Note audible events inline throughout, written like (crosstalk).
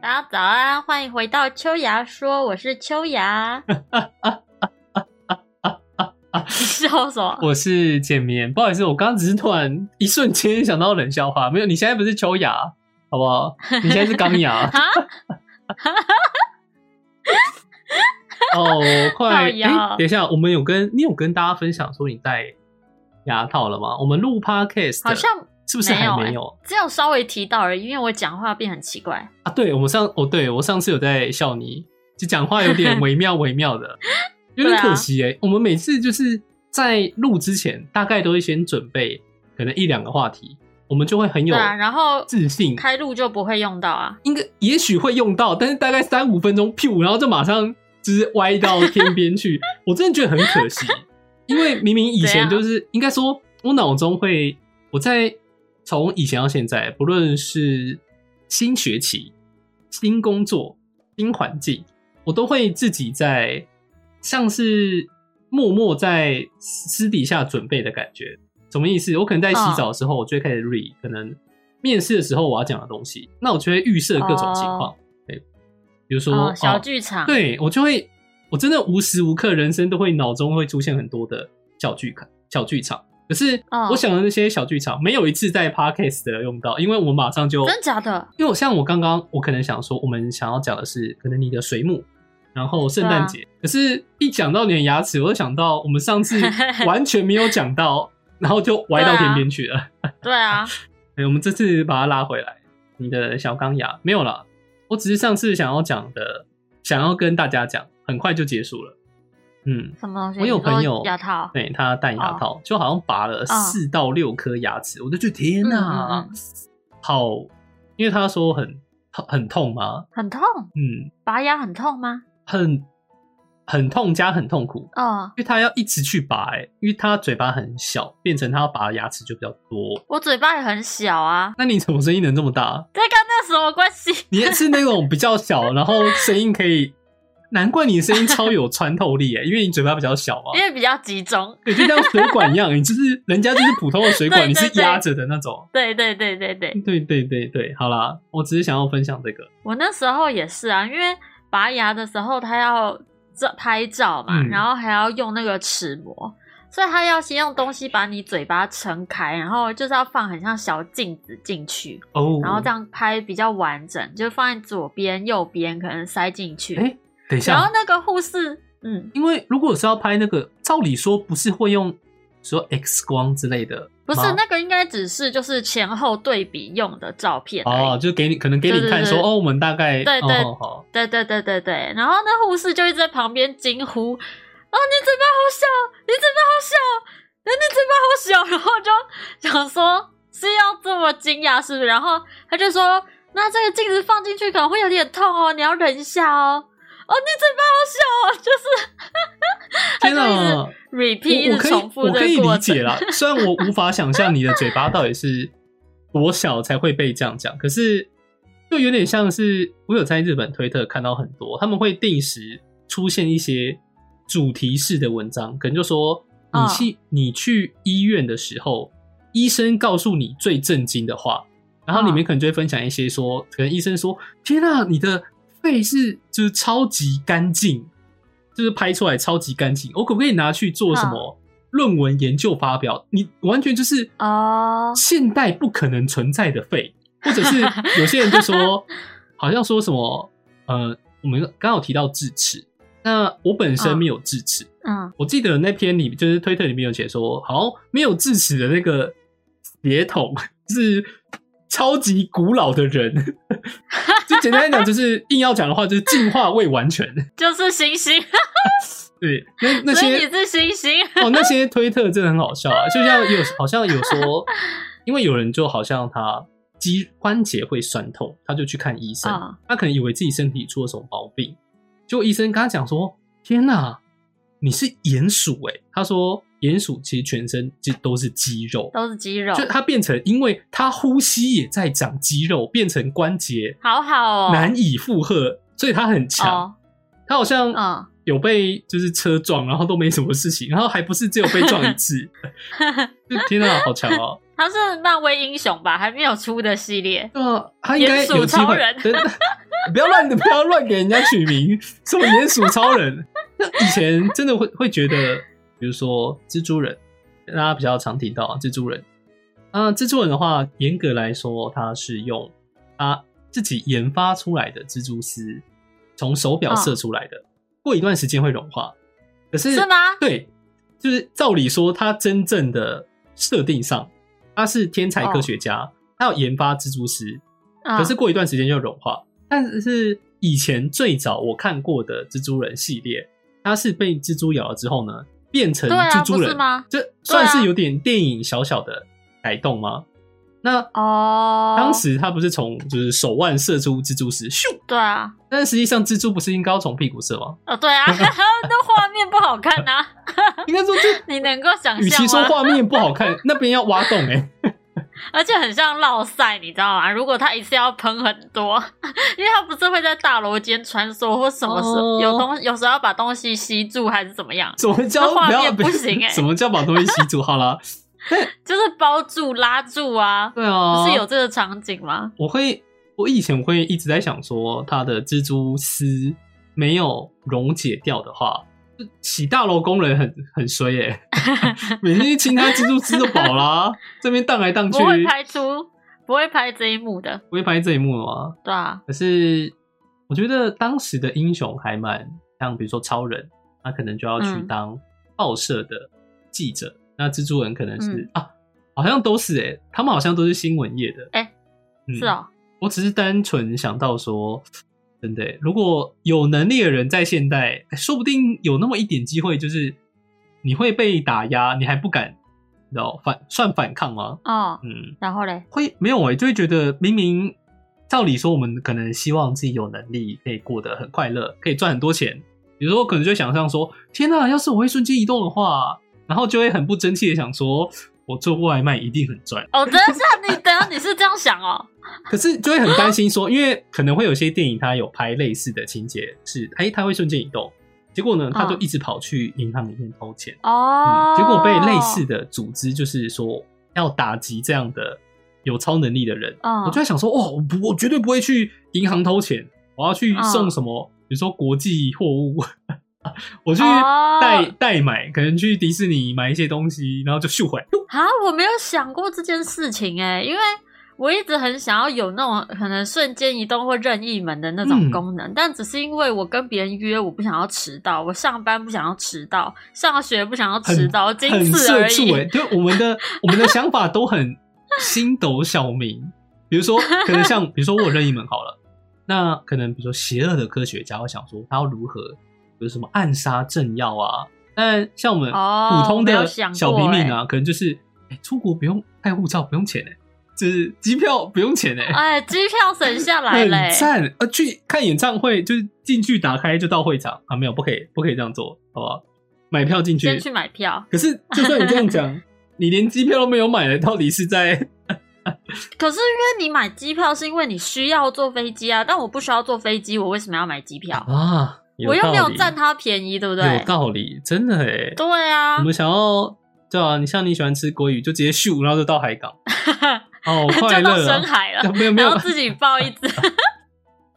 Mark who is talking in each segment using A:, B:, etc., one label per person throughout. A: 大家早安，欢迎回到秋芽说，我是秋
B: (laughs)
A: 芽。 (laughs) 笑什
B: (laughs)
A: 么？
B: 我是简眠，不好意思，我刚刚只是突然一瞬间想到冷笑话，没有，你现在不是秋雅，好不好？你现在是
A: (laughs)
B: 钢牙
A: 啊？
B: 哦，我快
A: 靠腰
B: 诶等一下，我们有跟你有跟大家分享说你戴牙套了吗？我们录 podcast
A: 好像
B: 是不是还
A: 没有
B: 没
A: 诶
B: 有
A: 只有稍微提到而已，因为我讲话变很奇怪。
B: 啊？对，我们上哦，对我上次有在笑你，就讲话有点惟妙惟妙
A: (laughs)
B: 的，有
A: 啊
B: 点可惜哎、我们每次就是在录之前，大概都会先准备可能一两个话题，我们就会很有
A: 对啊，然后
B: 自信。
A: 开录就不会用到啊。
B: 应该也许会用到，但是大概三五分钟，噗，然后就马上就是歪到天边去。我真的觉得很可惜，因为明明以
A: 怎
B: 前
A: 样
B: 就是应该说，我脑中会我在从以前到现在，不论是新学期、新工作、新环境，我都会自己在像是默默在私底下准备的感觉。什么意思？我可能在洗澡的时候，我就会开始 read，、可能面试的时候我要讲的东西，那我就会预设各种情况。对，比如说、
A: 哦，小
B: 哦
A: 剧场。
B: 对我就会，我真的无时无刻人生都会脑中会出现很多的小剧场，小剧场。可是
A: 哦
B: 我想的那些小剧场，没有一次在 podcast 的用到，因为我马上就
A: 真假的？
B: 因为我像我刚刚，我可能想说，我们想要讲的是可能你的水母，然后圣
A: 啊
B: 诞节，可是一讲到你的牙齿，我就想到我们
A: (laughs)
B: 上次完全没有讲到，然后就歪到天边去了。
A: 对啊，
B: 哎、我们这次把它拉回来，你的小钢牙没有啦，我只是上次想要讲的，想要跟大家讲，很快就结束了。嗯，
A: 什么东西？
B: 我有
A: 哎你说
B: 朋友
A: 牙套。哦
B: 对他戴牙套，就好像拔了四到六颗牙齿，我就觉得天哪，
A: 嗯嗯嗯
B: 好，因为他说很很痛嘛，
A: 很痛，
B: 嗯，
A: 拔牙很痛吗？
B: 很很痛加很痛苦，
A: 哦，
B: 因为他要一直去拔、欸，因为他嘴巴很小，变成他要拔的牙齿就比较多。
A: 我嘴巴也很小啊，
B: 那你怎么声音能这么大？
A: 这跟那什么关系？
B: 你是那种比较小，然后声音可以，难怪你的声音超有穿
A: (laughs)
B: 透力、欸，因为你嘴巴比较小嘛
A: 因。为比较集中。
B: 对，就像水管一样，你就是人家就是普通的水管，
A: (laughs) 对
B: 你
A: 对
B: 是压着的那种。
A: 对对对对对，
B: 对对对对，好啦，我只是想要分享这个。
A: 我那时候也是啊，因为拔牙的时候他要照拍照嘛，
B: 嗯
A: 然后还要用那个齿模，所以他要先用东西把你嘴巴撑开，然后就是要放很像小镜子进去，
B: 哦，
A: 然后这样拍比较完整，就放在左边、右边，可能塞进去。
B: 哎等一
A: 然后
B: 下，
A: 那个护士，嗯，
B: 因为如果是要拍那个，照理说不是会用说 X 光之类的吗，
A: 不是那个应该只是就是前后对比用的照片而
B: 哦，
A: 已。
B: 就给你可能给你
A: 对对
B: 看
A: 对
B: 说哦，我们大概
A: 对对
B: 哦好好
A: 对对对对对，然后那护士就一直在旁边惊呼：“哦，你嘴巴好小，你嘴巴好小，那你嘴巴好小。”然后我就想说是要这么惊讶是不是？然后他就说：“那这个镜子放进去可能会有点痛哦，你要忍一下哦。”哦，你嘴巴好小、哦，就是
B: 天
A: 就一直
B: 哪，我
A: repeat 一直
B: 我可
A: 重
B: 以
A: 复
B: 我
A: 这
B: 可以
A: 个过
B: 理
A: 程 (laughs)
B: 解。啦，虽然我无法想象你的嘴巴到底是多小才会被这样讲，可是就有点像是我有在日本推特看到很多，他们会定时出现一些主题式的文章，可能就说你
A: 嗯
B: 去、你去医院的时候，医生告诉你最震惊的话，然后里面
A: 嗯
B: 可能就会分享一些说，可能医生说：“天啊，你的肺是就是超级干净，就是拍出来超级干净，我可不可以拿去做什么论文研究发表？你完全就是
A: 嗯哦
B: 现代不可能存在的肺，或
A: (laughs)
B: 者是有些人就说，好像说什么呃，我们刚好提到智齿，那我本身没有智齿，
A: 嗯，
B: 我记得那篇里就是推特里面有写说，好像没有智齿的那个血统 (laughs) 是超级古老的人， (laughs) 就简单来讲，就是硬要讲的话，就是进化未完全。
A: 就是星星，
B: 对，那那
A: 所以你
B: 些
A: 是星星。
B: 哦，那些推特真的很好笑啊，就像有好像有说，
A: (laughs)
B: 因为有人就好像他肌关节会酸痛，他就去看医生，
A: 嗯
B: 他可能以为自己身体出了什么毛病，结果医生跟他讲说：“天哪，你是鼹鼠诶、他说：“鼹鼠其实全身就都是肌肉，
A: 都是肌肉，
B: 就它变成，因为它呼吸也在长肌肉，变成关节
A: 好好哦，
B: 难以负荷，所以它很强。
A: 哦，
B: 它好像
A: 嗯，
B: 有被就是车撞，然后都没什么事情，然后还不是只有被撞一
A: (laughs)
B: 次，就天哪，好强哦！
A: 他是漫威英雄吧？还没有出的系列，
B: 对啊，他应该有机
A: 鼹鼠超
B: 会
A: 人，
B: 真的不要乱的，不要乱给人家取名，什么鼹鼠超人。那以前真的会会觉得，比如说蜘蛛人，大家比较常听到啊，蜘蛛人。啊，蜘蛛人的话，严格来说，它是用他自己研发出来的蜘蛛丝，从手
A: 嗯
B: 表射出来的，过一段时间会融化。可是
A: 是吗？
B: 对，就是照理说，他真正的设定上，他是天才
A: 哦
B: 科学家，他要研发蜘蛛丝，
A: 嗯
B: 可是过一段时间就融化。但是以前最早我看过的蜘蛛人系列，它是被蜘蛛咬了之后呢，变成
A: 对啊
B: 蜘蛛
A: 不
B: 人，
A: 是吗
B: 这算
A: 对
B: 是
A: 啊
B: 有点电影小小的改动吗？那
A: 哦，
B: 当时他不是从就是手腕射出蜘蛛丝，咻！
A: 对啊，
B: 但实际上蜘蛛不是应该要从屁股
A: (laughs)
B: 射吗？
A: 哦对啊，那画面不好看呐、
B: 应该说这，
A: (laughs) 你能够想
B: 与其
A: 象
B: 说
A: 吗？
B: 画面不好看，那边要挖洞哎、
A: 而且很像绕赛，你知道吗？如果他一次要喷很多， (laughs) 因为他不是会在大楼间穿梭或什么时候、
B: 哦
A: 有东有时候要把东西吸住还是怎么样，
B: 什么叫
A: 那画
B: 不要
A: 面不行欸
B: 什么叫把东西吸住？好
A: (laughs)
B: 啦，
A: 就是包住拉住啊，
B: 对啊，
A: 不是有这个场景吗？
B: 我会，我以前会一直在想说，它的蜘蛛丝没有溶解掉的话，就洗大楼工人很很衰
A: (laughs)
B: 耶、每天去清它蜘蛛丝就饱啦，这边荡来荡去
A: 不，会拍出不会拍这一幕的，
B: 不会拍这一幕吗？
A: 对啊，
B: 可是我觉得当时的英雄还蛮像，比如说超人，他可能就要去
A: 嗯
B: 当报社的记者，那蜘蛛人可能是、
A: 嗯
B: 啊，好像都是哎、他们好像都是新闻业的
A: 欸
B: 嗯
A: 是哦，
B: 我只是单纯想到说，真的欸，如果有能力的人在现代，说不定有那么一点机会，就是你会被打压，你还不敢，你知道反算反抗吗？
A: 哦，
B: 嗯，
A: 然后嘞，
B: 会没有诶、欸就会觉得明明照理说，我们可能希望自己有能力可以过得很快乐，可以赚很多钱。有时候可能就会想象说，天呐，要是我会瞬间移动的话，然后就会很不争气的想说，我做外卖一定很赚。
A: 哦，等一下，你等一下你是这样想哦，
B: 可是就会很担心说，因为可能会有些电影它有拍类似的情节，是哎它会瞬间移动，结果呢它就一直跑去银行里面偷钱，嗯
A: 哦，
B: 结果被类似的组织就是说要打击这样的有超能力的人，
A: 嗯
B: 我就在想说，哦哇，我不我绝对不会去银行偷钱，我要去
A: 嗯
B: 送什么，比如说国际货物。 (laughs) 我去
A: 哦
B: 代代买，可能去迪士尼买一些东西，然后就秀回来。
A: 啊，我没有想过这件事情哎、因为我一直很想要有那种可能瞬间移动或任意门的那种
B: 嗯
A: 功能，但只是因为我跟别人约，我不想要迟到，我上班不想要迟到，上学不想要迟到，仅
B: 很
A: 此
B: 社
A: 而
B: 畜哎、
A: 已。
B: 就我们的我们的想法都很星斗小民。比如说，可能像比如说我有任意门好了，那可能比如说邪恶的科学家会想说他要如何，比如什么暗杀政要啊。但像我们
A: 哦
B: 普通
A: 我没
B: 的
A: 有想过欸
B: 小平民啊，可能就是、哎出国不用带护照，不用钱哎、就是机票不用钱哎、
A: 哎，机票省下来
B: (laughs) 很
A: 嘞、欸，
B: 赞。呃，去看演唱会就是进去打开就到会场啊，没有不可以不可以这样做，好不好？买票进去
A: 先去买票。
B: 可是，就算你这样 (laughs) 讲，你连机票都没有买了，到底是在
A: 可是因为你买机票是因为你需要坐飞机啊，但我不需要坐飞机，我为什么要买机票？
B: 啊？
A: 我又没有占
B: 占
A: 它便宜，对不
B: 有
A: 对？
B: 道理，真的哎。
A: 对啊
B: 我，
A: (laughs)
B: 们想要对啊，你像你喜欢吃鲑鱼，就直接咻，然后就到海
A: (laughs)
B: 港，哦，快
A: 就到
B: 乐
A: 深
B: 啊！
A: 海了，
B: 没 (laughs) 有没
A: 然后
B: 有，
A: 自己抱
B: (laughs)
A: 一只。 (laughs)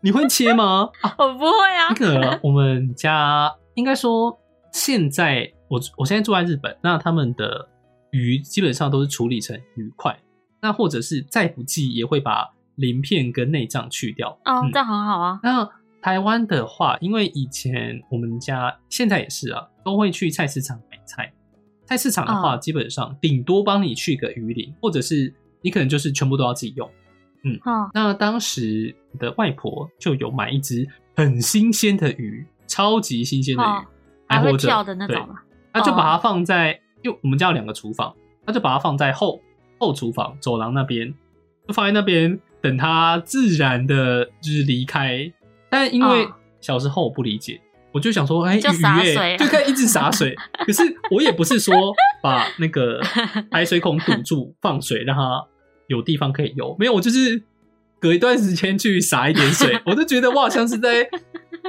B: 你会切吗？
A: 我不会啊
B: 那。个我们家应该说，现在我我现在住在日本，那他们的鱼基本上都是处理成鱼块，那或者是再不济也会把鳞片跟内脏去掉。
A: 哦，
B: 嗯
A: 这样很好啊。
B: 那台湾的话，因为以前我们家现在也是啊，都会去菜市场买菜。菜市场的话，
A: 哦
B: 基本上顶多帮你去个鱼鳞，或者是你可能就是全部都要自己用。
A: 哦，
B: 那当时我的外婆就有买一只很新鲜的鱼，超级新鲜的鱼，
A: 哦
B: 还
A: 还
B: 活
A: 会
B: 着
A: 跳的那
B: 对
A: 种嘛。
B: 那就把
A: 哦
B: 它放在，因为我们家有两个厨房，那就把它放在后后厨房走廊那边，就放在那边等它自然的就是离开。但因为
A: 嗯
B: 小时候我不理解，我就想说，哎、
A: 就
B: 鱼
A: 洒
B: 耶
A: 水啊
B: 就可以一直
A: (laughs)
B: 洒水。可是我也不是说把那个排水孔堵住放水，让它有地方可以游，没有，我就是隔一段时间去洒一点水，我就觉得我好像是在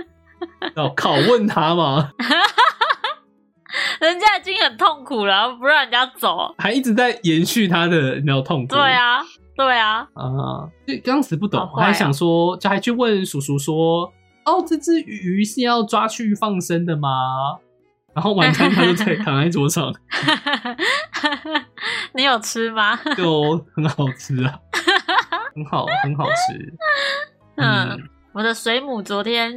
B: (laughs) 要拷问它嘛。
A: 人家已经很痛苦了，不让人家走。
B: 还一直在延续他的你知道痛苦。
A: 对，啊，对啊， (laughs)
B: 啊，就当时不懂，
A: 好
B: 我
A: 坏啊
B: 还想说，就还去问叔叔说，哦，这只鱼是要抓去放生的吗？然后晚餐他
A: (laughs)
B: 就在躺在桌上，
A: 你有吃吗？ (laughs)
B: 就很好吃啊，很好，很好吃。嗯
A: 嗯，我的水母昨天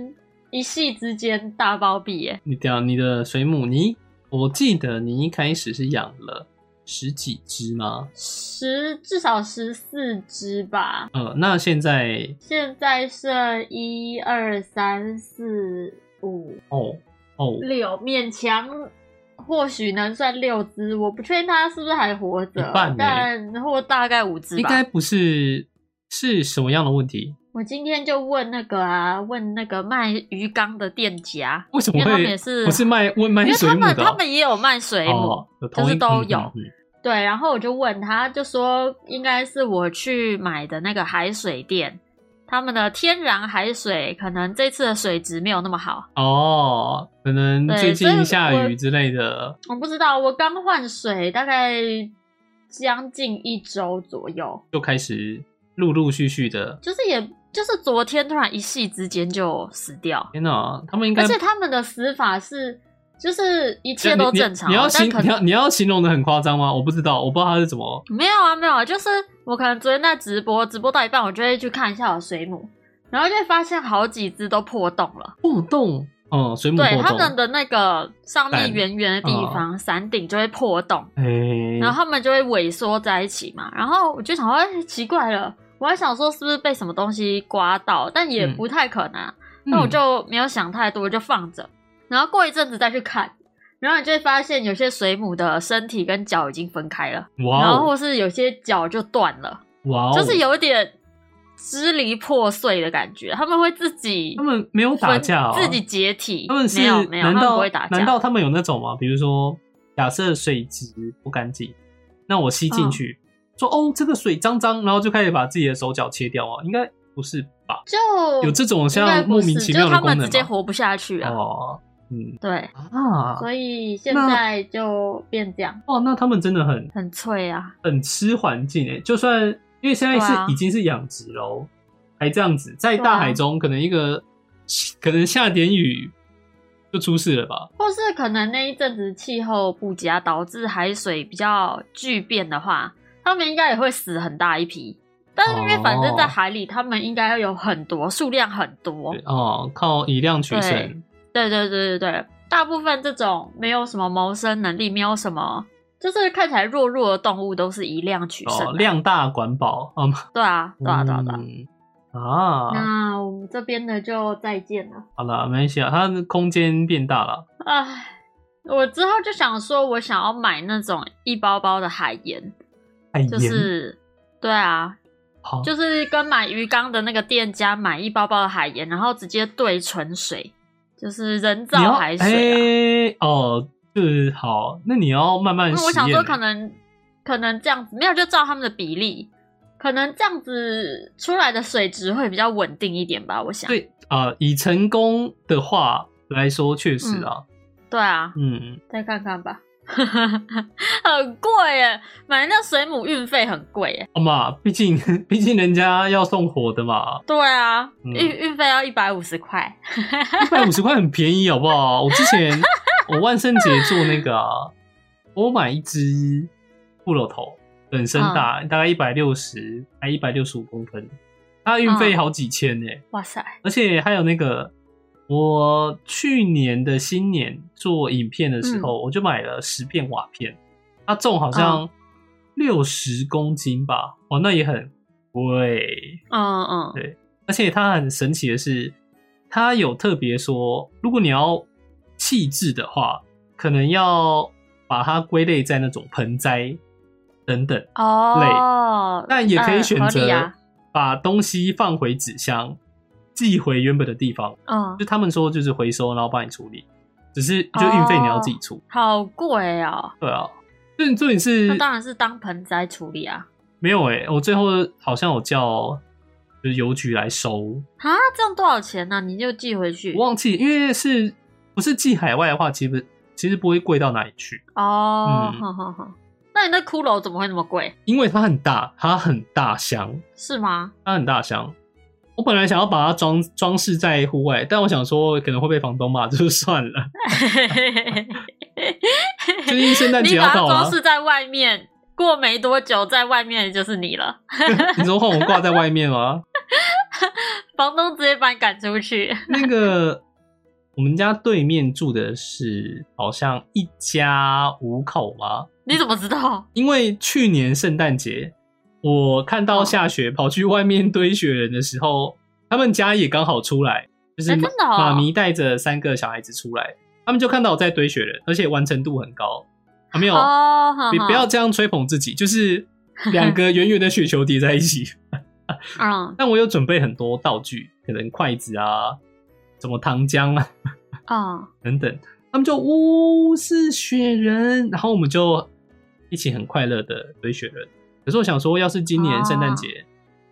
A: 一夕之间大包庇耶，
B: 你掉你的水母你我记得你一开始是养了十几只吗？
A: 十至少十四只吧，
B: 呃，那现在
A: 现在剩一二三四五
B: 哦哦，
A: 六，勉强或许能算六只，我不确定它是不是还活着
B: 一半耶，
A: 但或大概五只
B: 应
A: 吧。
B: 该不是是什么样的问题？
A: 我今天就问那个啊，问那个卖鱼缸的店家，
B: 为什
A: 因
B: 么
A: 为他们也
B: 会
A: 是，
B: 不是卖问卖
A: 因为
B: 水
A: 他
B: 母的
A: 们
B: 哦、
A: 他们也有卖水母，
B: 哦，有同
A: 就是
B: 一
A: 都
B: 嗯
A: 有
B: 嗯嗯
A: 对，然后我就问他，就说应该是我去买的那个海水店，他们的天然海水可能这次的水质没有那么好，
B: 哦，可能
A: 对
B: 最
A: 所以
B: 近下
A: 我
B: 雨之类的。
A: 我不知道，我刚换水大概将近一周左右，
B: 就开始陆陆续续的。
A: 就是也就是昨天突然一夕之间就死掉，
B: 天哪，他们应该
A: 而且他们的死法是就是一切都
B: 你
A: 正常，哦啊
B: 你你要
A: 但
B: 形
A: 可
B: 你要你要形容的很夸张吗？我不知道，我不知道他是怎么。
A: 没有啊，没有啊，就是我可能昨天在直播，直播到一半，我就会去看一下我的水母，然后就会发现好几只都破洞了。
B: 破洞，嗯，水母
A: 对，
B: 破
A: 它
B: 洞。
A: 们的那个上面
B: 伞嗯
A: 圆圆的地方，伞顶就会破洞，
B: 哎、
A: 然后它们就会萎缩在一起嘛。然后我就想说，哎，奇怪了，我还想说是不是被什么东西刮到，但也
B: 嗯
A: 不太可能啊、
B: 嗯
A: 那我就没有想太多，就放着。然后过一阵子再去看，然后你就会发现有些水母的身体跟脚已经分开了，
B: 哇
A: 然后
B: 哦
A: 或是有些脚就断了。
B: 哇哦，
A: 就是有一点支离破碎的感觉。他们会自己
B: 他们没有打架、哦，
A: 分自己解体。
B: 他们是
A: 没有没有，
B: 难
A: 他们
B: 道
A: 不会打架。
B: 难道他们有那种吗？比如说，假设水质不干净，那我吸进去，
A: 嗯
B: 说哦这个水脏脏，然后就开始把自己的手脚切掉啊？应该不是吧？
A: 就
B: 有这种
A: 应该
B: 像莫
A: 不是，
B: 名
A: 就
B: 其
A: 是
B: 妙的
A: 他
B: 功
A: 们直
B: 能
A: 接
B: 吗？
A: 活不下去了。
B: 哦，嗯
A: 对，
B: 啊，
A: 所以现
B: 那
A: 在就变这样，
B: 哦，那他们真的很
A: 很脆啊。
B: 很吃环境诶，就算因为现在是、
A: 对啊
B: 已经是养殖喽，还这样子，在
A: 对啊
B: 大海中可能一个、可能下点雨就出事了吧？
A: 或是可能那一阵子气候不佳，导致海水比较巨变的话，他们应该也会死很大一批。但是因为反正在
B: 哦
A: 海里，他们应该有很多数量很多
B: 对，哦，靠以量取胜。
A: 对对对对对，大部分这种没有什么谋生能力，没有什么，就是看起来弱弱的动物，都是以量取胜的、啊
B: 哦，量大管饱，嗯，
A: 对啊，对啊，对啊，对啊。
B: 嗯啊，
A: 那我们这边的就再见了。
B: 好了，没关系啊，它的空间变大了，
A: 唉，我之后就想说，我想要买那种一包包的海盐，
B: 海哎盐、
A: 就是对啊，
B: 好，
A: 就是跟买鱼缸的那个店家买一包包的海盐，然后直接兑纯水，就是人
B: 你
A: 造
B: 要
A: 海水啊。
B: 哎哦，就是好，那你要慢慢实
A: 那
B: 验。欸
A: 我想说，可能可能这样子没有，就照他们的比例，可能这样子出来的水质会比较稳定一点吧。我想，
B: 对啊、以成功的话来说，确实啊，
A: 对啊，
B: 嗯，
A: 再看看吧。 (laughs) 很贵耶，买那水母运费很贵耶。
B: 好、哦嘛，毕竟 (laughs) 毕竟人家要送火的嘛，
A: 对啊，
B: 嗯
A: 运运费要一百五十块。
B: 一百五十块很便宜，好不好？我之前我万圣节做那个啊，我买一只骷髅头，本身大、大概一百六十还一百六十五公分，它运费
A: 嗯
B: 好几千呢、
A: 哇塞，
B: 而且还有那个，我去年的新年做影片的时候，我就买了十片瓦片，它重好像六十公斤吧，哇，那也很贵。
A: 嗯嗯，
B: 对而且它很神奇的是，它有特别说，如果你要弃置的话，可能要把它归类在那种盆栽等等，
A: 哦，
B: 但也可以选
A: 嗯合理
B: 择
A: 啊，
B: 把东西放回纸箱，寄回原本的地方。
A: 嗯
B: 就，他们说就是回收，然后帮你处理，只是就运费你要自己出。
A: 好贵哦。
B: 对啊，重重点是
A: 那当然是当盆栽处理啊。
B: 没有哎、我最后好像有叫就是邮局来收，
A: 啊，这样多少钱呢、你就寄回去
B: 我忘记，因为是不是寄海外的话，其实其实不会贵到哪里去。
A: 哦。
B: 嗯
A: 好好好。那你那骷髅怎么会那么贵？
B: 因为它很大，它很大箱，
A: 是
B: (laughs)
A: 吗？
B: 它很大箱。我本来想要把它装装饰在户外，但我想说可能会被房东骂， (laughs) 就算了。最近圣诞节
A: 你
B: 要啊
A: 把它
B: 到了
A: 装、饰在外面，过没多久在外面就是你了。
B: 你说换我挂在外面吗？
A: 房东直接把你赶出去。
B: 那个我们家对面住的是好像一家五口吗？
A: 你怎么知道？
B: 因为去年圣诞节我看到
A: 哦
B: 下雪，跑去外面堆雪人的时候， (laughs) 他们家也刚好出来，就是
A: 哎
B: 妈
A: 真的哦
B: 妈咪带着三个小孩子出来，他们就看到我在堆雪人，而且完成度很高。啊、没有，
A: 哦，哈
B: 你
A: 哈
B: 不要这样吹捧自己，就是两个圆圆的雪球叠在一起。
A: (laughs) 嗯
B: 但我有准备很多道具，可能筷子啊，什么糖浆啊
A: 嗯，
B: 等等。他们就呜是雪人，然后我们就一起很快乐的堆雪人。可是我想说，要是今年圣诞
A: 啊
B: 节，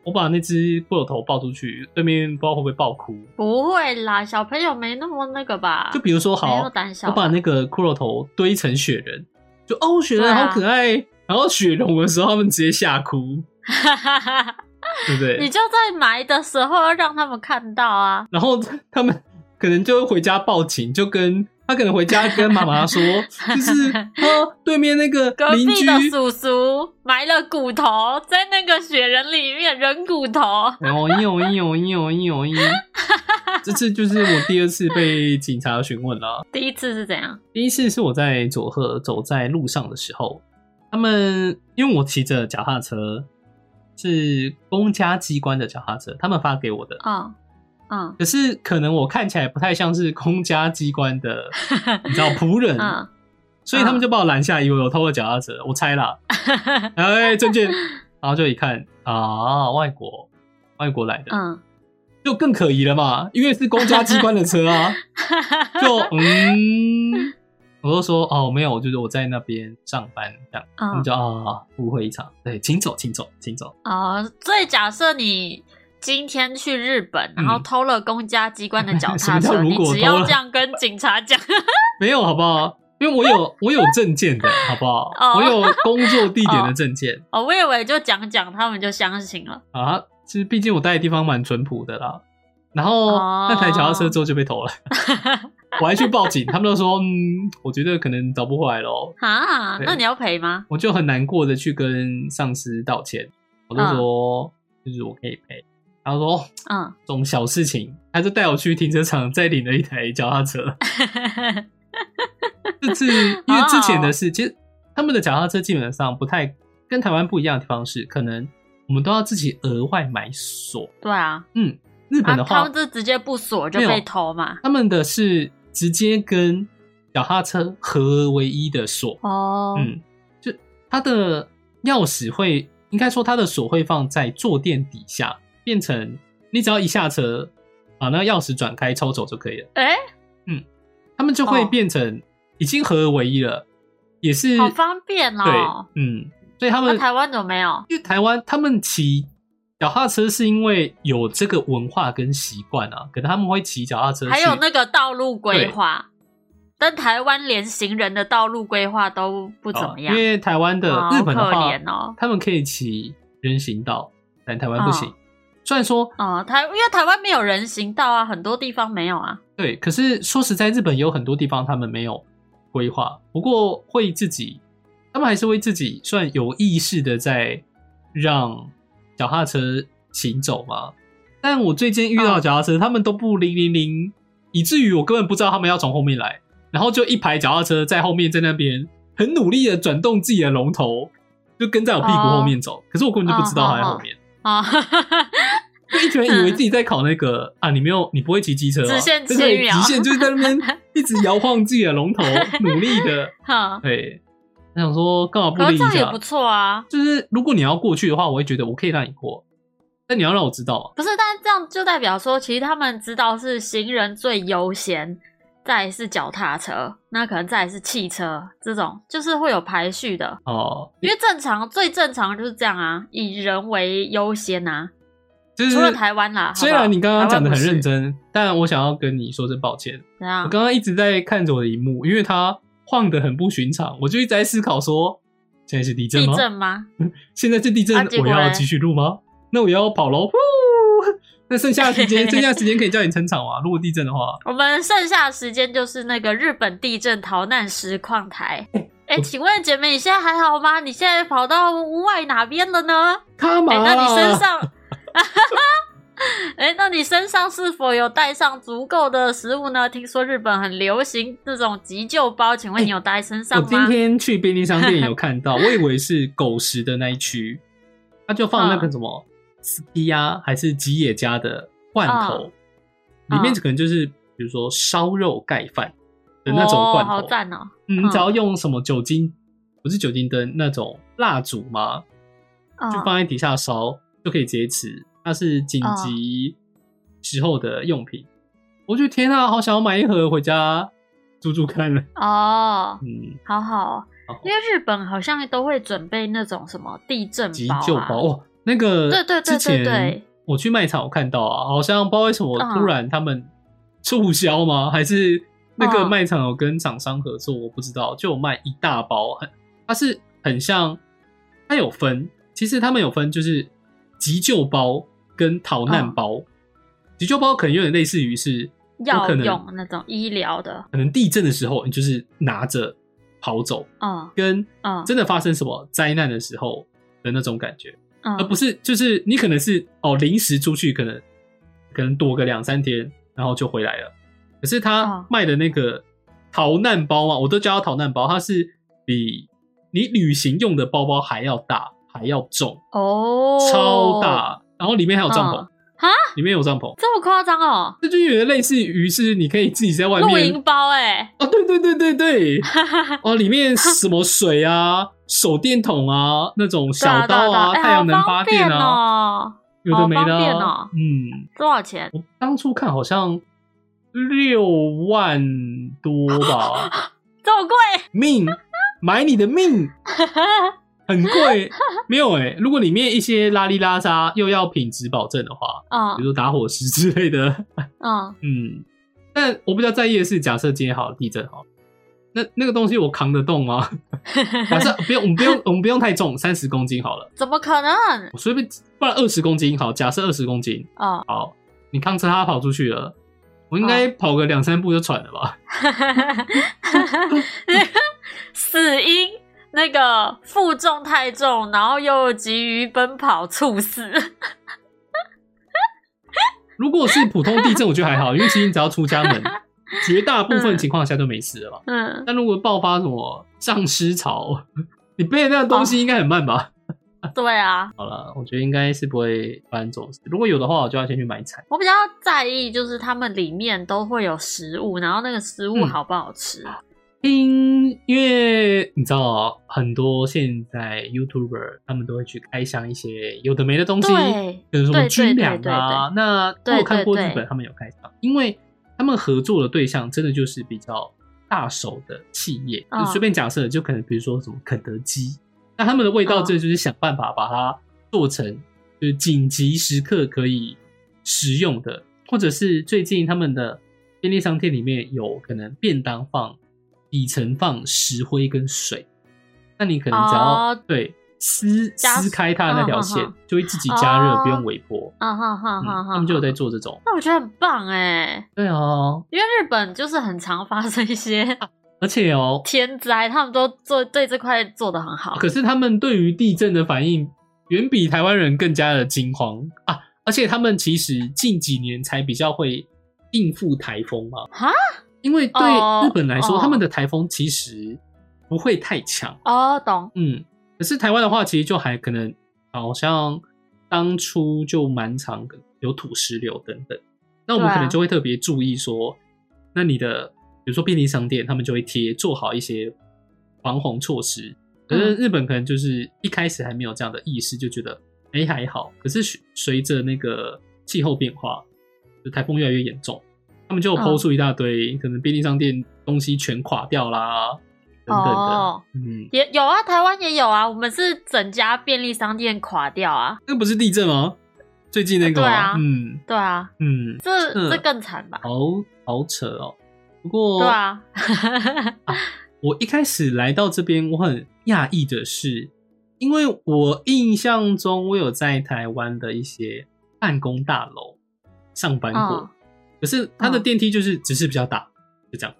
B: 我把那只骷髅头抱出去，对面不知道会不会爆哭。
A: 不会啦，小朋友没那么那个吧？
B: 就比如说，
A: 啊没那
B: 好
A: 么，胆小
B: 我
A: 吧。
B: 把那个骷髅头堆成雪人，就哦雪
A: 对
B: 人
A: 啊
B: 好可爱。然后雪融的时候，他们直接吓哭，对不对？
A: (laughs) 你就在埋的时候要让他们看到啊。
B: 然后他们可能就会回家报警，就跟他可能回家跟妈妈
A: (laughs)
B: 说，就是哦，对面那个
A: 隔
B: 邻
A: 壁
B: 居，
A: 的叔叔埋了骨头在那个雪人里面，人骨头。
B: 哦呦呦呦呦呦，这次就是我第二次被警察询问了。
A: 第一次是怎样？
B: 第一次是我在佐贺走在路上的时候，他们因为我骑着脚踏车，是公家机关的脚踏车，他们发给我的。
A: 嗯嗯
B: 可是可能我看起来不太像是公家机
A: (laughs)
B: 关的，你知道仆人，
A: 嗯，
B: 所以他们就把我拦下，以为我偷了脚踏车，我猜啦。
A: 嗯
B: 哎，证件，然后就一看啊，外国外国来的，
A: 嗯，
B: 就更可疑了嘛，因为是公家机关的车
A: (laughs)
B: 啊。就嗯，我就说哦，没有，就是我在那边上班这样。他们
A: 嗯
B: 就啊，误会一场，对，请走，请走，请走。
A: 哦，所以假设你今天去日本，
B: 嗯
A: 然后偷了公家机关的脚
B: (laughs) 什
A: 踏
B: 么叫
A: 车，
B: 如
A: 你
B: 果
A: 只
B: 偷
A: 要
B: 了
A: 这样跟警察讲， (laughs)
B: 没有，好不好？因为我有我有证件的，好不好？
A: 哦
B: 我有工作地点的
A: (laughs)
B: 证件
A: 哦，我以为就讲讲，他们就相信了。
B: 啊。其实毕竟我待的地方蛮淳朴的啦。然后
A: 哦
B: 那台脚踏车之后就被偷了。
A: (laughs)
B: 我还去报警，他们都说，嗯，我觉得可能找不回来咯。
A: 啊，
B: 对
A: 那你要赔吗？
B: 我就很难过的去跟上司道歉，我就说，就是我可以赔。然后说哦
A: 嗯， (laughs)
B: 这种小事情，他就带我去停车场再领了一台脚踏车。这次因为之前的事，其实他们的脚踏车基本上不太跟台湾不一样的地方是，可能我们都要自己额外买锁。
A: 对啊，
B: 嗯，日
A: 啊
B: 本的，话，
A: 他们就直接不锁就
B: 没有
A: 被偷嘛。
B: 他们的是直接跟脚踏车合而为一的锁。
A: 哦，
B: 嗯，就它的钥匙会，应该说它的锁会放在坐垫底下，变成你只要一下车，把那个钥匙转开抽走就可以了。
A: 哎、
B: 他们就会
A: 哦
B: 变成已经合而为一了，也是
A: 好方便哦。
B: 对，嗯，所以他
A: 那、
B: 们、
A: 啊台湾怎么没有？
B: 因为台湾他们骑脚踏车是因为有这个文化跟习惯啊，可能他们会骑脚踏车去，
A: 还有那个道路规划，但台湾连行人的道路规划都不怎么样
B: 哦，因为台湾的
A: 好
B: 日本的
A: 可
B: 话，
A: 怜哦。
B: 他们可以骑人行道，但台湾不行。
A: 哦
B: 虽然说
A: 哦，台因为台湾没有人行道啊，很多地方没有啊。
B: 对，可是说实在，日本有很多地方他们没有规划，不过会自己，他们还是会自己算有意识的在让脚踏车行走嘛。但我最近遇到的脚踏车，他们都不零零零，以至于我根本不知道他们要从后面来，然后就一排脚踏车在后面在那边很努力的转动自己的龙头，就跟在我屁股后面走，可是我根本就不知道他在后面，
A: 哦， (laughs)
B: 就一群人以为自己在考那个、啊，你没有，你不会骑机车、
A: 嗯
B: 啊，
A: 直线
B: 就是
A: 七秒
B: 极限就是在那边
A: (laughs)
B: 一直摇晃自己的龙头，努力的。
A: 哼
B: 对，我想说干嘛不
A: 可是
B: 理一
A: 这样也
B: 下
A: 不？错啊。
B: 就是如果你要过去的话，我会觉得我可以让你过，但你要让我知道嘛。
A: 不是，但是这样就代表说，其实他们知道是行人最优先，再来是脚踏车，那可能再来是汽车，这种就是会有排序的。
B: 哦、
A: 因为正常最正常就是这样啊，以人为优先啊。
B: 就是
A: 除了台湾啦，好不好
B: 虽然你刚刚讲的很
A: 台
B: 认，
A: 湾嗯
B: 真，但我想要跟你说声抱歉。
A: 不是怎样
B: 我？刚刚一直在看着我的荧幕，因为它晃得很不寻常，我就一直在思考说，现在是地震
A: 地
B: 吗？
A: 震吗？
B: 现在是地震，
A: 啊结果
B: 我要
A: 嘞
B: 继续录吗？那我要跑喽！呼那剩下的时间，剩下的时间可以叫你撑场啊。如果地震的话，
A: 我们剩下的时间就是那个日本地震逃难实况
B: (laughs)
A: 台。哎、
B: 我
A: 请问姐妹，你现在还好吗？你现在跑到屋外哪边了呢？
B: 他
A: 哎、
B: 妈啦！
A: 那你身上， (laughs) 哎、那你身上是否有带上足够的食物呢？听说日本很流行这种急救包，请问你有带在身上
B: 我今
A: 吗？
B: 天去便利商店有看到，我以为是狗食的那一区，他就放那个什么
A: 嗯
B: 斯基呀，还是吉野家的罐头，
A: 嗯
B: 里面可能就是比如说烧肉盖饭的那种罐
A: 哦、好
B: 头。
A: 赞哦！
B: 嗯，
A: 嗯
B: 只要用什么酒精，不是酒精灯那种蜡烛吗？
A: 嗯
B: 就放在底下烧，就可以直接吃。它是紧急时候的用品。我觉得天啊，好想要买一盒回家煮煮看了。
A: 哦，
B: 嗯，
A: 好好哦
B: 好好
A: 因为日本好像都会准备那种什么地震
B: 急
A: 包、啊、
B: 救包哇，那个
A: 对对对
B: 之前
A: 对对
B: 我去卖场我看到啊，好像不知道为什么
A: 嗯
B: 突然他们促销吗？还是那个
A: 嗯
B: 卖场有跟厂商合作？我不知道，就有卖一大包，很它是很像，它有分，其实他们有分就是急救包跟逃难
A: 嗯
B: 包。急救包可能有点类似于是，我
A: 药
B: 可能
A: 用那种医疗的，
B: 可能地震的时候你就是拿着跑走，
A: 嗯
B: 跟
A: 嗯，
B: 真的发生什么灾难的时候的那种感觉。
A: 嗯
B: 而不是就是你可能是哦临时出去，可能可能躲个两三天，然后就回来了。可是他
A: 哦
B: 卖的那个逃难包嘛，我都叫它逃难包，它是比你旅行用的包包还要大，还要重，
A: 哦，
B: 超，大，然后里面还有帐篷
A: 嗯哈，
B: 里面有帐篷，
A: 这么夸张哦，
B: 这就有点类似于是你可以自己在外
A: 露
B: 面
A: 营包哎、
B: 哦，对对对对对，
A: 哈哈哈，
B: 哦，里面什么水啊、手电筒啊、那种
A: 对啊
B: 小刀
A: 对啊
B: 啊、
A: 对啊哎
B: 太阳能
A: 好
B: 发
A: 方
B: 电
A: 便
B: 啊，
A: 哦，
B: 有的没的
A: 好方便
B: 啊
A: 哦，
B: 嗯。
A: 多少钱？
B: 我当初看好像六万多
A: (laughs)
B: 吧，
A: 这么贵？
B: 命买你的命很
A: (laughs)
B: 贵，没有哎、如果里面一些拉里拉撒又要品质保证的话，比
A: 嗯
B: 如说打火石之类的，
A: 嗯 (laughs)
B: 嗯，但我比较在意的是，假设今天好了地震好了，那那个东西我扛得动吗？假设不用，我们不用，我们不用太重，三十公斤好了，
A: 怎么可能？
B: 我随便，不然二十公斤好，假设二十公斤，
A: 哦，
B: 好，你扛着它跑出去了，我应该跑个两三步就喘了吧？ (laughs)
A: 死因那个负重太重，然后又急于奔跑猝死。
B: 如果是普通地震，我觉得还好，因为其实你只要出家门，绝大部分情况下都没事了吧。
A: 嗯，
B: 但如果爆发什么丧尸潮，你背的那个东西应该很慢吧？
A: 对啊，
B: 好了，我觉得应该是不会发生这种事。如果有的话，我就要先去买菜。
A: 我比较在意就是他们里面都会有食物，然后那个食物
B: 嗯
A: 好不好吃？
B: 因因为你知道，哦很多现在 YouTuber 他们都会去开箱一些有的没的东西，
A: 对
B: 比如什么
A: 对对
B: 军粮
A: 对对
B: 啊。那我
A: 对
B: 有看过
A: 对
B: 日
A: 对
B: 本他们有开箱，因为他们合作的对象真的就是比较大手的企业，
A: 嗯
B: 就随便假设，就可能比如说什么肯德基，那他们的味道哦
A: 嗯
B: 真的就是想办法把它做成就是紧急时刻可以食用的，或者是最近他们的便利商店里面有可能便当放底层放石灰跟水，那你可能只要、
A: 哦
B: 对撕
A: 加
B: 撕开它的那条线，
A: 嗯嗯
B: 就会自己加热，
A: 哦
B: 不用微波。
A: 啊哈哈
B: 嗯
A: 哈哈！
B: 他们就有在做这种。
A: 那我觉得很棒哎，
B: 对哦，
A: 因为日本就是很常发生一些
B: 而且
A: (laughs)
B: 哦，
A: 天灾，他们都做对这块做的很好。
B: 可是他们对于地震的反应远比台湾人更加的惊慌啊！而且他们其实近几年才比较会应付台风嘛，
A: 哈
B: 因为对
A: 哦
B: 日本来说，
A: 哦
B: 他们的台风其实不会太强。
A: 哦，懂
B: 嗯，可是台湾的话，其实就还可能好像当初就蛮常有土石流等等，那我们
A: 对啊
B: 可能就会特别注意说，那你的比如说便利商店，他们就会贴做好一些防洪措施。可是
A: 嗯
B: 日本可能就是一开始还没有这样的意识，就觉得哎、诶还好。可是随随着那个气候变化，就台风越来越严重，他们就有抛
A: 嗯
B: 出一大堆、可能便利商店东西全垮掉啦等等的，
A: 哦，
B: 嗯，
A: 也有啊，台湾也有啊，我们是整家便利商店垮掉啊。
B: 那不是地震吗？最近那个吗、
A: 对啊
B: 嗯
A: 对啊，
B: 嗯，
A: 这
B: 是
A: 这更惨吧？
B: 好好扯哦。不过，
A: 对啊，
B: 我一开始来到这边，我很讶异的是，因为我印象中我有在台湾的一些办公大楼上班过，
A: 嗯
B: 可是它的
A: 嗯
B: 电梯就是只是比较大，就这样。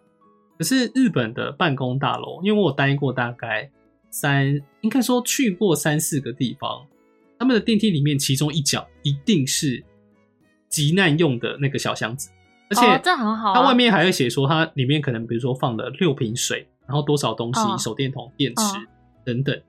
B: 可是日本的办公大楼，因为我有待过大概三，应该说去过三四个地方，他们的电梯里面其中一角一定是急难用的那个小箱子，而且、
A: 哦、这很好、啊，
B: 它外面还会写说，它里面可能比如说放了六瓶水，然后多少东西，
A: 嗯
B: 手电筒、电池、
A: 嗯
B: 等等。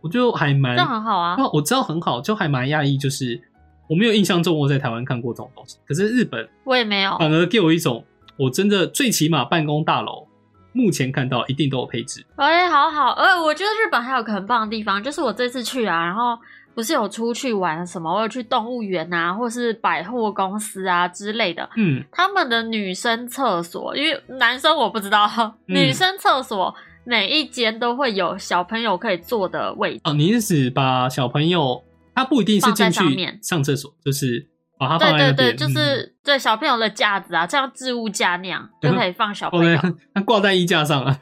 B: 我就还蛮
A: 这，很好啊，
B: 那我知道很好，就还蛮讶异，就是我没有印象中我在台湾看过这种东西，可是日本
A: 我也没有，
B: 反而给我一种，我真的最起码办公大楼目前看到一定都有配置，
A: 哎，好好，呃，我觉得日本还有个很棒的地方，就是我这次去啊，然后不是有出去玩什么，我有去动物园啊，或是百货公司啊之类的，
B: 嗯，
A: 他们的女生厕所，因为男生我不知道，
B: 嗯
A: 女生厕所每一间都会有小朋友可以坐的位置，
B: 哦，你是指把小朋友，他不一定是
A: 放在
B: 进
A: 上
B: 去
A: 面
B: 上厕所，就是把他
A: 对
B: 放
A: 对
B: 在那
A: 对，
B: 边，
A: 就是、
B: 嗯
A: 对小朋友的架子啊，像置物架那样，
B: 嗯
A: 就可以放小
B: 放
A: 朋友。
B: 在他挂在衣架上啊，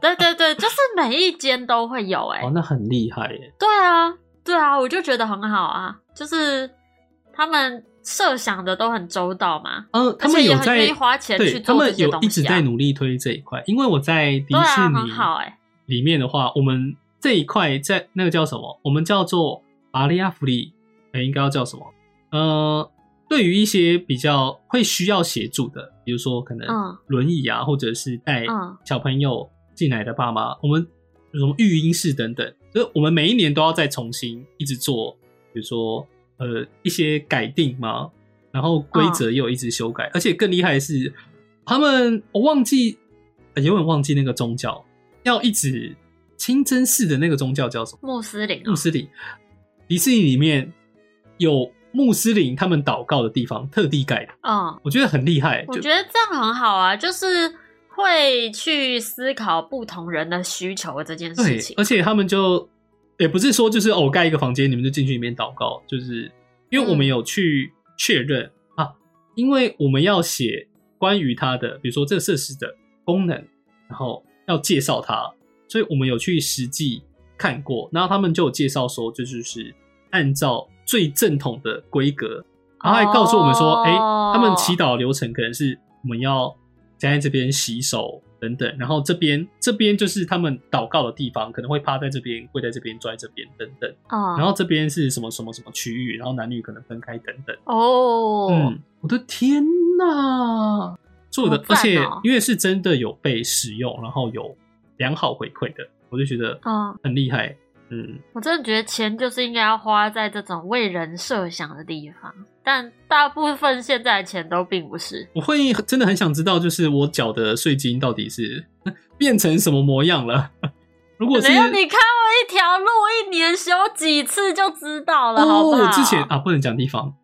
A: 对对对，就是每一间都会有、欸，哎、
B: 哦，那很厉害耶，
A: 对啊，对啊，我就觉得很好啊，就是他们设想的都很周到嘛，
B: 嗯，他们
A: 而且也
B: 有
A: 很
B: 在
A: 愿意花钱
B: 对
A: 去
B: 他
A: 做这
B: 们
A: 些
B: 有
A: 东西、啊。
B: 一直在努力推这一块，因为我在迪
A: 对
B: 士
A: 啊，很好
B: 尼
A: 哎、
B: 里面的话，我们这一块在那个叫什么？我们叫做巴利亚福利，呃应该要叫什么？呃，对于一些比较会需要协助的，比如说可能
A: 嗯
B: 轮椅啊，或者是带
A: 嗯
B: 小朋友进来的爸妈，我们有什么育婴室等等，就是我们每一年都要再重新一直做，比如说呃一些改定嘛，然后规则又一直修改，而且更厉害的是，他们我忘记，呃有点忘记那个宗教，要一直清真寺的那个宗教叫什么？
A: 穆斯林、哦
B: 穆，斯林，迪士尼里面有穆斯林他们祷告的地方，特地盖的，
A: 嗯，
B: 我觉得很厉害。
A: 我
B: 就
A: 觉得这样很好啊，就是会去思考不同人的需求这件
B: 对
A: 事，情
B: 而。且他们就也不是说就是哦，我盖一个房间，你们就进去里面祷告，就是因为我
A: 嗯
B: 们有去确认、啊，因为我们要写关于它的，比如说这个设施的功能，然后要介绍它，所以我们有去实际看过，然后他们就有介绍说，这就是按照最正统的规格，然后还告诉我们说，
A: 哦
B: 哎、他们祈祷流程可能是我们要站在这边洗手等等，然后这边这边就是他们祷告的地方，可能会趴在这边、跪在这边、坐在这边等等，
A: 嗯，
B: 然后这边是什么什么什么区域，然后男女可能分开等等。
A: 哦，
B: 嗯，我的天呐，做的，
A: 好
B: 而
A: 赞哦
B: 且因为是真的有被使用，然后有良好回馈的，我就觉得
A: 嗯，
B: 很厉害。嗯，
A: 我真的觉得钱就是应该要花在这种为人设想的地方，但大部分现在的钱都并不是。
B: 我会真的很想知道，就是我缴的税金到底是呃变成什么模样了。 (laughs) 如果是
A: 没有，你看我一条路一年修几次就知道了，好
B: 哦，
A: 不好？嗯
B: 我之前啊不能讲地方，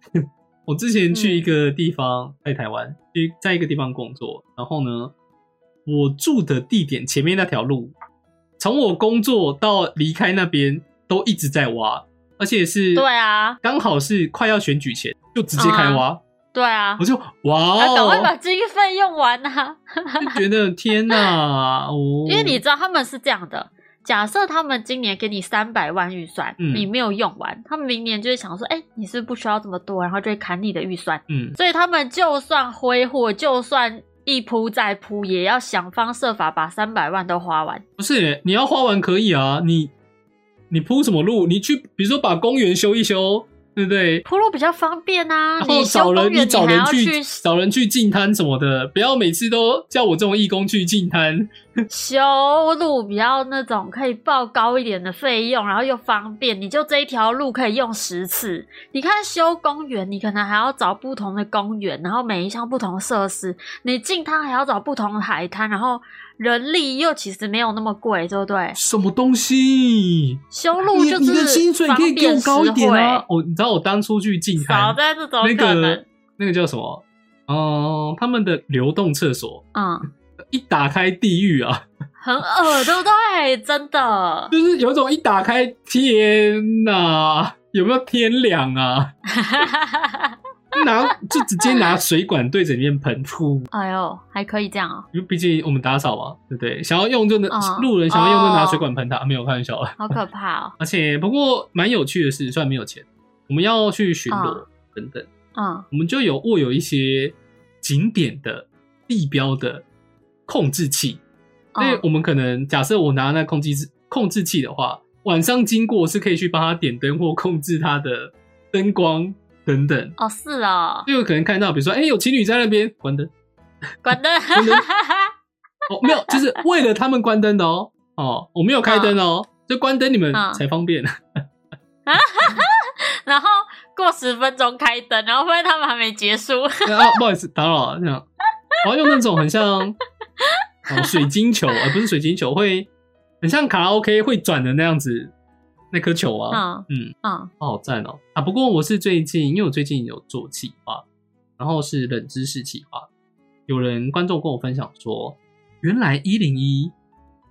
B: (laughs) 我之前去一个地方，在台湾去在一个地方工作，然后呢，我住的地点前面那条路，从我工作到离开那边都一直在挖，而且是
A: 对，啊，
B: 刚好是快要选举前就直接开挖，
A: 对啊
B: 我，就
A: 啊
B: 哇
A: 赶、
B: 哦，
A: 快把经费用完呐、
B: 就
A: (laughs)
B: 觉得天哪，哦，
A: 因为你知道他们是这样的。假设他们今年给你三百万预算，
B: 嗯
A: 你没有用完，他们明年就会想说，哎、你是不是不需要这么多，然后就会砍你的预算。
B: 嗯
A: 所以他们就算挥霍，就算一铺再铺，也要想方设法把三百万都花完。
B: 不是耶你要花完可以啊，你你铺什么路？你去比如说把公园修一修，对不对？
A: 铺路比较方便啊，
B: 然后
A: 你
B: 找
A: 修公
B: 人，
A: 园
B: 哦你找
A: 还
B: 人
A: 要
B: 去找人去进摊什么的，不要每次都叫我这种义工去进摊。
A: 修路比较那种可以报高一点的费用，然后又方便，你就这一条路可以用十次。你看修公园，你可能还要找不同的公园，然后每一项不同的设施，你进滩还要找不同的海滩，然后人力又其实没有那么贵，对不对？
B: 什么东西？
A: 修路就
B: 你你
A: 是
B: 的薪水可以给我高一点啊
A: 方！
B: 我、你知道我当初去进
A: 便实惠少
B: 摊，
A: 在这种
B: 那
A: 可能，
B: 个那个叫什么？嗯，他们的流动厕所
A: 嗯，
B: 一打开地狱啊， (laughs)
A: 很恶，对不对？真的， (laughs)
B: 就是有一种一打开，天哪，有没有天凉啊？ (laughs) 拿就直接拿水管对着里面喷，噗！
A: 哎呦，还可以这样啊、
B: 因为毕竟我们打扫嘛，对不对？想要用就能、
A: 哦
B: 路人想要用就拿
A: 哦
B: 水管喷他，啊没有开玩笑啊。
A: 好可怕哦。
B: 而且不过蛮有趣的是，虽然没有钱，我们要去巡逻
A: 哦
B: 等等，
A: 嗯，
B: 我们就有握有一些景点的地标的控制器，所以
A: 嗯
B: 哎我们可能假设我拿那控制控制器的话，晚上经过是可以去帮它点灯或控制它的灯光等等。
A: 哦是哦，
B: 就有可能看到，比如说，哎、有情侣在那边关灯，
A: 关灯。
B: 灯哦，没有，就是为了他们关灯的哦，哦，我没有开灯哦，就关灯你们
A: 嗯
B: 才方便。 (laughs) 啊
A: 然后过十分钟开灯，然后发现他们还没结束。
B: 啊，不好意思，打扰了。这样，我要用那种很像、哦、水晶球，而、不是水晶球，会很像卡拉 OK 会转的那样子那颗球啊，
A: 嗯
B: 嗯，
A: 嗯
B: 好赞哦啊！不过我是最近，因为我最近有做企划，然后是冷知识企划，有人观众跟我分享说，原来一零一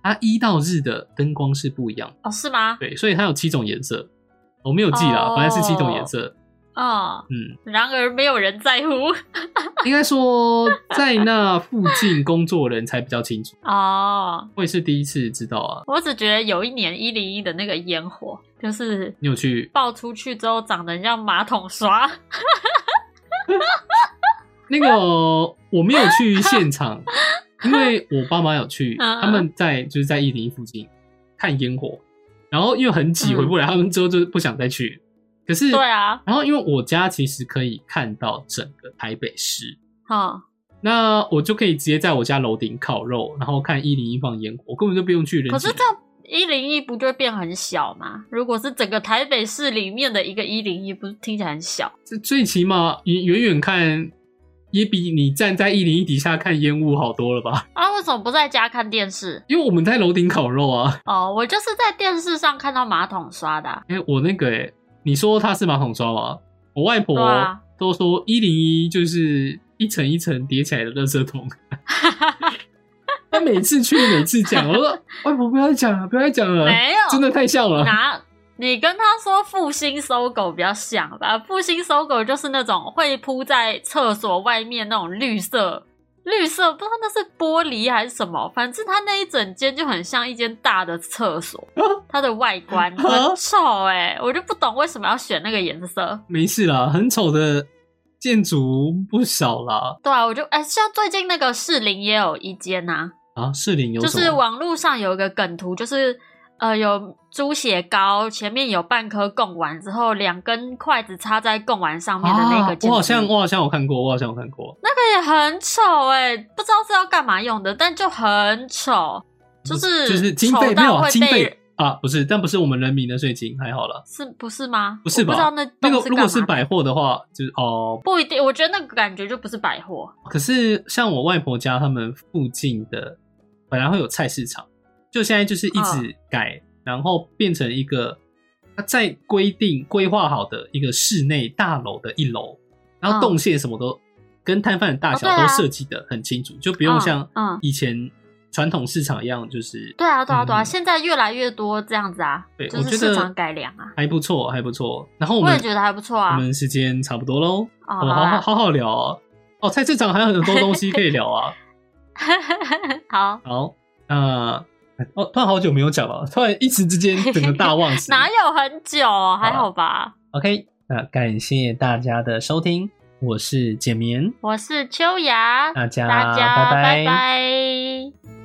B: 它一到日的灯光是不一样的，
A: 哦是吗？
B: 对，所以它有七种颜色，我没有记啦，
A: 哦
B: 反正是七种颜色，
A: 哦，
B: 嗯。
A: 然而没有人在乎。
B: 应
A: (laughs)
B: 该说，在那附近工作的人才比较清楚。
A: 哦，
B: 我也是第一次知道啊，
A: 我只觉得有一年一零一的那个烟火，就是
B: 你有去？
A: 爆出去之后长得像马桶刷。
B: 那个我没有去现场，因为我爸妈有去，
A: 嗯嗯
B: 他们在就是在一零一附近看烟火，然后因为很挤
A: 嗯
B: 回不来，他们之后就不想再去。可是，
A: 对啊，
B: 然后因为我家其实可以看到整个台北市，
A: 嗯，
B: 那我就可以直接在我家楼顶烤肉，然后看一零一放烟火，我根本就不用去人
A: 可
B: 挤
A: 是这样一零一不就会变很小吗？如果是整个台北市里面的一个一零一，不是听起来很小？
B: 这最起码你远远看，也比你站在一零一底下看烟雾好多了吧？ (laughs)
A: 啊，为什么不在家看电视？
B: 因为我们在楼顶烤肉啊。
A: 哦，我就是在电视上看到马桶刷的啊、
B: 哎、我那个哎、你说它是马桶刷吗？我外婆
A: 对啊
B: 都说一零一就是一层一层叠起来的垃
A: (laughs)
B: 圾桶。她每次去，每次讲，我
A: (laughs)
B: 说外婆不要再讲了，不要再讲了，
A: 没有
B: 真的太像 (laughs) 了。
A: 拿你跟他说复兴搜狗比较像吧？复兴搜狗就是那种会铺在厕所外面那种绿色。绿色不知道那是玻璃还是什么，反正它那一整间就很像一间大的厕所，它的外观很丑哎、我就不懂为什么要选那个颜色。
B: 没事啦，很丑的建筑不少啦。
A: 对啊，我就哎、像最近那个士林也有一间呐、
B: 啊，士林有
A: 就
B: 什么？
A: 是网络上有一个梗图，就是呃有猪血糕，前面有半颗贡丸，之后两根筷子插在贡丸上面的那个
B: 啊，
A: 建筑、
B: 我好像我好像有看过，我好像有看过。
A: 那个也很丑哎、不知道是要干嘛用的，但就很丑，就是
B: 就是经费
A: 丑
B: 没
A: 到
B: 有啊
A: 会
B: 经
A: 被
B: 费啊，不是，但不是我们人民的税金，还好啦。
A: 是不是吗？
B: 不是
A: 我不
B: 吧
A: 知道那
B: 那
A: 那
B: 个如果是百货的话，就是哦，
A: 不一定，我觉得那个感觉就不是百货
B: 可是像我外婆家他们附近的本来会有菜市场，就现在就是一直改，然后变成一个它在规定规划好的一个室内大楼的一楼，然后
A: 嗯
B: 动线什么都跟摊贩的大小
A: 哦对
B: 都
A: 啊
B: 设计的很清楚，就不用
A: 嗯
B: 像
A: 嗯
B: 以前传统市场一样，就是
A: 对啊，对啊，对啊！
B: 嗯
A: 现在越来越多这样子啊，
B: 对，
A: 就
B: 我
A: 是
B: 觉
A: 市
B: 得
A: 场改良啊。
B: 还不错，还不错。然后我
A: 我
B: 们
A: 也觉得还不错啊
B: 我们时间差不多喽，
A: 哦
B: 我们好好好好聊哦。哦，菜市场还有很多东西可以聊啊。
A: (laughs) 好，。
B: 好，那哦，突然好久没有讲了，突然一时之间整个大忘词 (laughs)
A: 哪有很久？还好吧。
B: OK，那感谢大家的收听，我是简眠，
A: 我是秋雅，
B: 大家
A: 大家
B: 拜
A: 拜拜